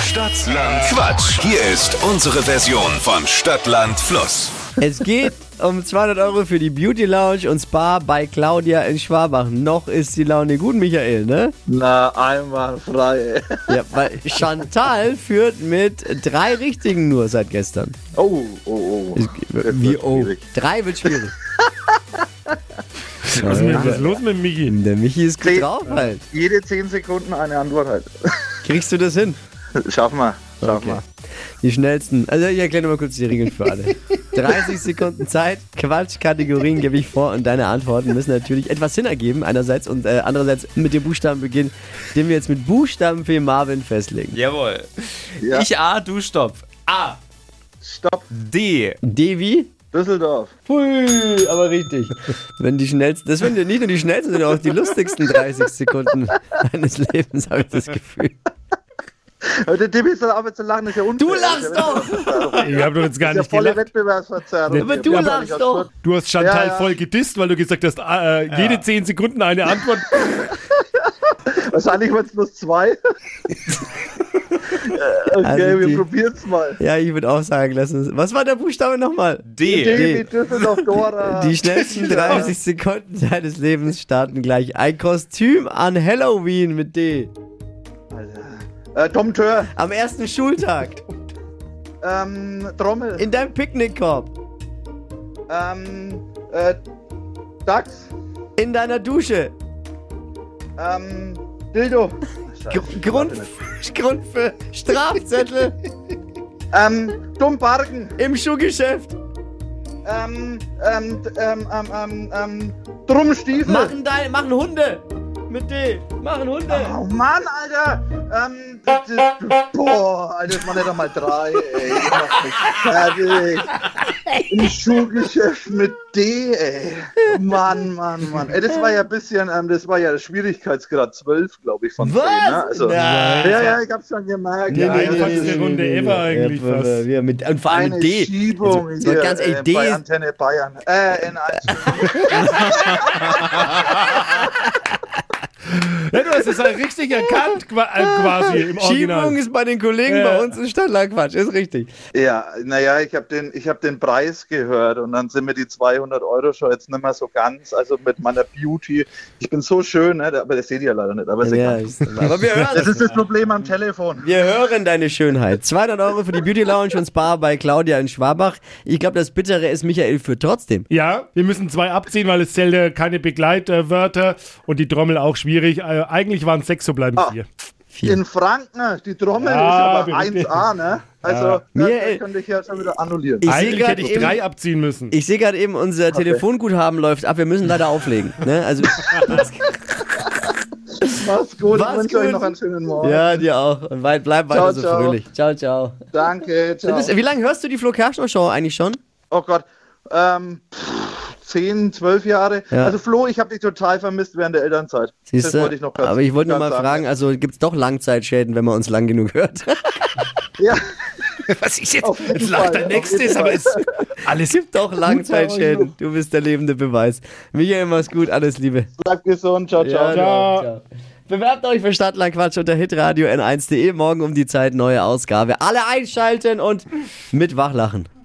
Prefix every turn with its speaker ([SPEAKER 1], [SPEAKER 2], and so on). [SPEAKER 1] Stadtland Quatsch. Hier ist unsere Version von Stadtland Fluss.
[SPEAKER 2] Es geht um 200 Euro für die Beauty Lounge und Spa bei Claudia in Schwabach. Noch ist die Laune gut, Michael, ne?
[SPEAKER 3] Na, einmal frei.
[SPEAKER 2] Ja, weil Chantal führt mit drei Richtigen nur seit gestern.
[SPEAKER 3] Oh, oh, oh.
[SPEAKER 2] Es-
[SPEAKER 3] Das
[SPEAKER 2] Wie,
[SPEAKER 3] wird
[SPEAKER 2] oh,
[SPEAKER 3] schwierig.
[SPEAKER 2] drei wird schwierig.
[SPEAKER 4] Was ist, mit, was ist los mit Migi?
[SPEAKER 2] Der Michi ist gut
[SPEAKER 3] Zehn.
[SPEAKER 2] drauf halt.
[SPEAKER 3] Jede 10 Sekunden eine Antwort halt.
[SPEAKER 2] Kriegst du das hin?
[SPEAKER 3] Schaffen wir. Schaffen
[SPEAKER 2] Okay. Die schnellsten. Also ich erkläre nochmal kurz die Regeln für alle. 30 Sekunden Zeit, Quatschkategorien gebe ich vor und deine Antworten müssen natürlich etwas Sinn ergeben einerseits und äh, andererseits mit dem Buchstaben beginnen, den wir jetzt mit Buchstaben für Marvin festlegen.
[SPEAKER 5] Jawohl.
[SPEAKER 3] wir. Ja.
[SPEAKER 5] Ich A, du stopp. A,
[SPEAKER 3] Stopp.
[SPEAKER 5] D.
[SPEAKER 2] D wie?
[SPEAKER 3] Düsseldorf.
[SPEAKER 2] Hui, aber richtig. Wenn die schnellsten, das sind ja nicht nur die schnellsten, sondern auch die lustigsten 30 Sekunden meines Lebens, habe ich das Gefühl.
[SPEAKER 3] Der Tipp ist doch aber zu lachen, das ist ja unfair.
[SPEAKER 2] Du lachst doch!
[SPEAKER 4] Ich habe doch jetzt gar
[SPEAKER 3] Das ist ja
[SPEAKER 4] nicht
[SPEAKER 3] volle
[SPEAKER 4] gelacht.
[SPEAKER 3] Wettbewerbsverzerrung.
[SPEAKER 4] Aber
[SPEAKER 2] du
[SPEAKER 3] Ja,
[SPEAKER 2] lachst
[SPEAKER 3] ich hab's
[SPEAKER 2] doch.
[SPEAKER 3] gut.
[SPEAKER 4] Du hast Chantal
[SPEAKER 3] Ja, ja.
[SPEAKER 4] voll gedisst, weil du gesagt hast, äh, jede 10 Sekunden eine Antwort.
[SPEAKER 3] Wahrscheinlich wird es bloß zwei. Äh, okay,
[SPEAKER 2] Also die-
[SPEAKER 3] wir probieren es mal.
[SPEAKER 2] Ja, ich würde auch sagen lassen. Was war der Buchstabe nochmal?
[SPEAKER 5] D.
[SPEAKER 3] Baby Düsseldorf Dora.
[SPEAKER 2] Die schnellsten 30 Sekunden seines Lebens starten gleich. Ein Kostüm an Halloween mit D.
[SPEAKER 3] Äh, Tom Tör.
[SPEAKER 2] Am ersten Schultag.
[SPEAKER 3] Ähm, Trommel.
[SPEAKER 2] In deinem Picknickkorb.
[SPEAKER 3] ähm, äh, Dachs.
[SPEAKER 2] In deiner Dusche.
[SPEAKER 3] Ähm, Dildo.
[SPEAKER 2] Gr Grund, Grund für Strafzettel.
[SPEAKER 3] Ähm, Dummbargen.
[SPEAKER 2] Im Schuhgeschäft.
[SPEAKER 3] Ähm, ähm, d- ähm, ähm, ähm, ähm, Drummstiefel.
[SPEAKER 2] Machen, dein, machen Hunde. Mit D. Machen Hunde.
[SPEAKER 3] Oh Mann, Alter! Ähm, das ist- boah, Alter, das waren ja doch mal drei, ey. Ich mach mich fertig. Im Schuhgeschäft mit D, ey. Mann, Mann, Mann. Ey, das war ja ein bisschen, ähm, das war ja Schwierigkeitsgrad 12, glaube ich, von 10,
[SPEAKER 2] Was?
[SPEAKER 3] ne? Also,
[SPEAKER 2] Nein.
[SPEAKER 3] ja, ja, ich hab's schon gemerkt.
[SPEAKER 4] Nee,
[SPEAKER 3] ja,
[SPEAKER 4] nee,
[SPEAKER 3] ja,
[SPEAKER 4] nee,
[SPEAKER 3] das
[SPEAKER 4] nee,
[SPEAKER 3] ist
[SPEAKER 4] nee. Runde ever eigentlich
[SPEAKER 2] ja,
[SPEAKER 4] fast.
[SPEAKER 2] wir- wir mit, und vor allem
[SPEAKER 3] Eine
[SPEAKER 2] mit D.
[SPEAKER 3] Schiebung
[SPEAKER 2] Also,
[SPEAKER 3] hier
[SPEAKER 2] ganz ehrlich,
[SPEAKER 3] äh,
[SPEAKER 2] D
[SPEAKER 3] bei
[SPEAKER 2] ist
[SPEAKER 3] Antenne Bayern. Äh, in Einsatz.
[SPEAKER 4] Ja, du hast es halt richtig erkannt, qua- äh, quasi im
[SPEAKER 2] Schiebung
[SPEAKER 4] Original.
[SPEAKER 2] ist bei den Kollegen
[SPEAKER 4] Ja.
[SPEAKER 2] bei uns ein Stadtlangquatsch, ist richtig.
[SPEAKER 3] Ja, naja, ich habe den, ich hab den Preis gehört und dann sind mir die 200 Euro schon jetzt nicht mehr so ganz. Also mit meiner Beauty. Ich bin so schön, ne? aber das seht ihr leider nicht. Aber ist
[SPEAKER 2] Ja,
[SPEAKER 3] egal.
[SPEAKER 2] ist, Also, aber wir hören
[SPEAKER 3] Das ist das Problem am Telefon.
[SPEAKER 2] Wir hören deine Schönheit. 200 Euro für die Beauty Lounge und Spa bei Claudia in Schwabach. Ich glaube, das Bittere ist Michael für trotzdem.
[SPEAKER 4] Ja, wir müssen zwei abziehen, weil es zählte keine Begleitwörter und die Trommel auch schwierig. Äh, eigentlich waren es sechs, so bleiben
[SPEAKER 3] Ah.
[SPEAKER 4] vier.
[SPEAKER 3] In Franken, ne, die Trommel
[SPEAKER 4] Ja,
[SPEAKER 3] ist aber
[SPEAKER 4] bitte.
[SPEAKER 3] 1A, ne? Also,
[SPEAKER 4] Ja.
[SPEAKER 3] das,
[SPEAKER 2] Mir-
[SPEAKER 3] das könnte ich ja schon wieder annullieren.
[SPEAKER 2] Ich sehe
[SPEAKER 4] Eigentlich
[SPEAKER 2] gerade
[SPEAKER 4] hätte ich
[SPEAKER 2] eben,
[SPEAKER 4] drei abziehen müssen.
[SPEAKER 2] ich seh grad eben, unser Telefonguthaben läuft ab. Wir müssen leider auflegen. Ne? Also,
[SPEAKER 3] Mach's gut, ich
[SPEAKER 2] Mach's
[SPEAKER 3] wünsche euch
[SPEAKER 2] gut.
[SPEAKER 3] noch einen schönen Morgen.
[SPEAKER 2] ja, dir auch. Und weit, bleib weiter
[SPEAKER 3] Ciao,
[SPEAKER 2] so
[SPEAKER 3] ciao.
[SPEAKER 2] fröhlich. Ciao, ciao.
[SPEAKER 3] Danke,
[SPEAKER 2] Sind
[SPEAKER 3] ciao.
[SPEAKER 2] das, wie lange hörst du die Flo Kerschner Show eigentlich schon?
[SPEAKER 3] Oh Gott. Ähm, pff, 10, 12 Jahre.
[SPEAKER 2] Ja.
[SPEAKER 3] Also Flo, ich habe dich total vermisst während der Elternzeit.
[SPEAKER 2] Siehst
[SPEAKER 3] das
[SPEAKER 2] du?
[SPEAKER 3] wollte ich noch ganz,
[SPEAKER 2] Aber ich wollte nur mal
[SPEAKER 3] ganz sagen.
[SPEAKER 2] fragen, also gibt's doch Langzeitschäden, wenn man uns lang genug hört?
[SPEAKER 3] Ja.
[SPEAKER 4] Was ist jetzt?
[SPEAKER 3] Auf jeden Jetzt lacht Fall, der auf Nächste, jeden ist aber Fall.
[SPEAKER 4] alles gibt
[SPEAKER 2] doch Langzeitschäden. Du bist der lebende Beweis. Michael, mach's gut. Alles Liebe.
[SPEAKER 3] Bleibt gesund. Ciao, ciao.
[SPEAKER 2] Ja, ciao. Bewerbt euch für Stadtlandquatsch unter hitradio n1.de. Morgen um die Zeit neue Ausgabe. Alle einschalten und mit Wachlachen.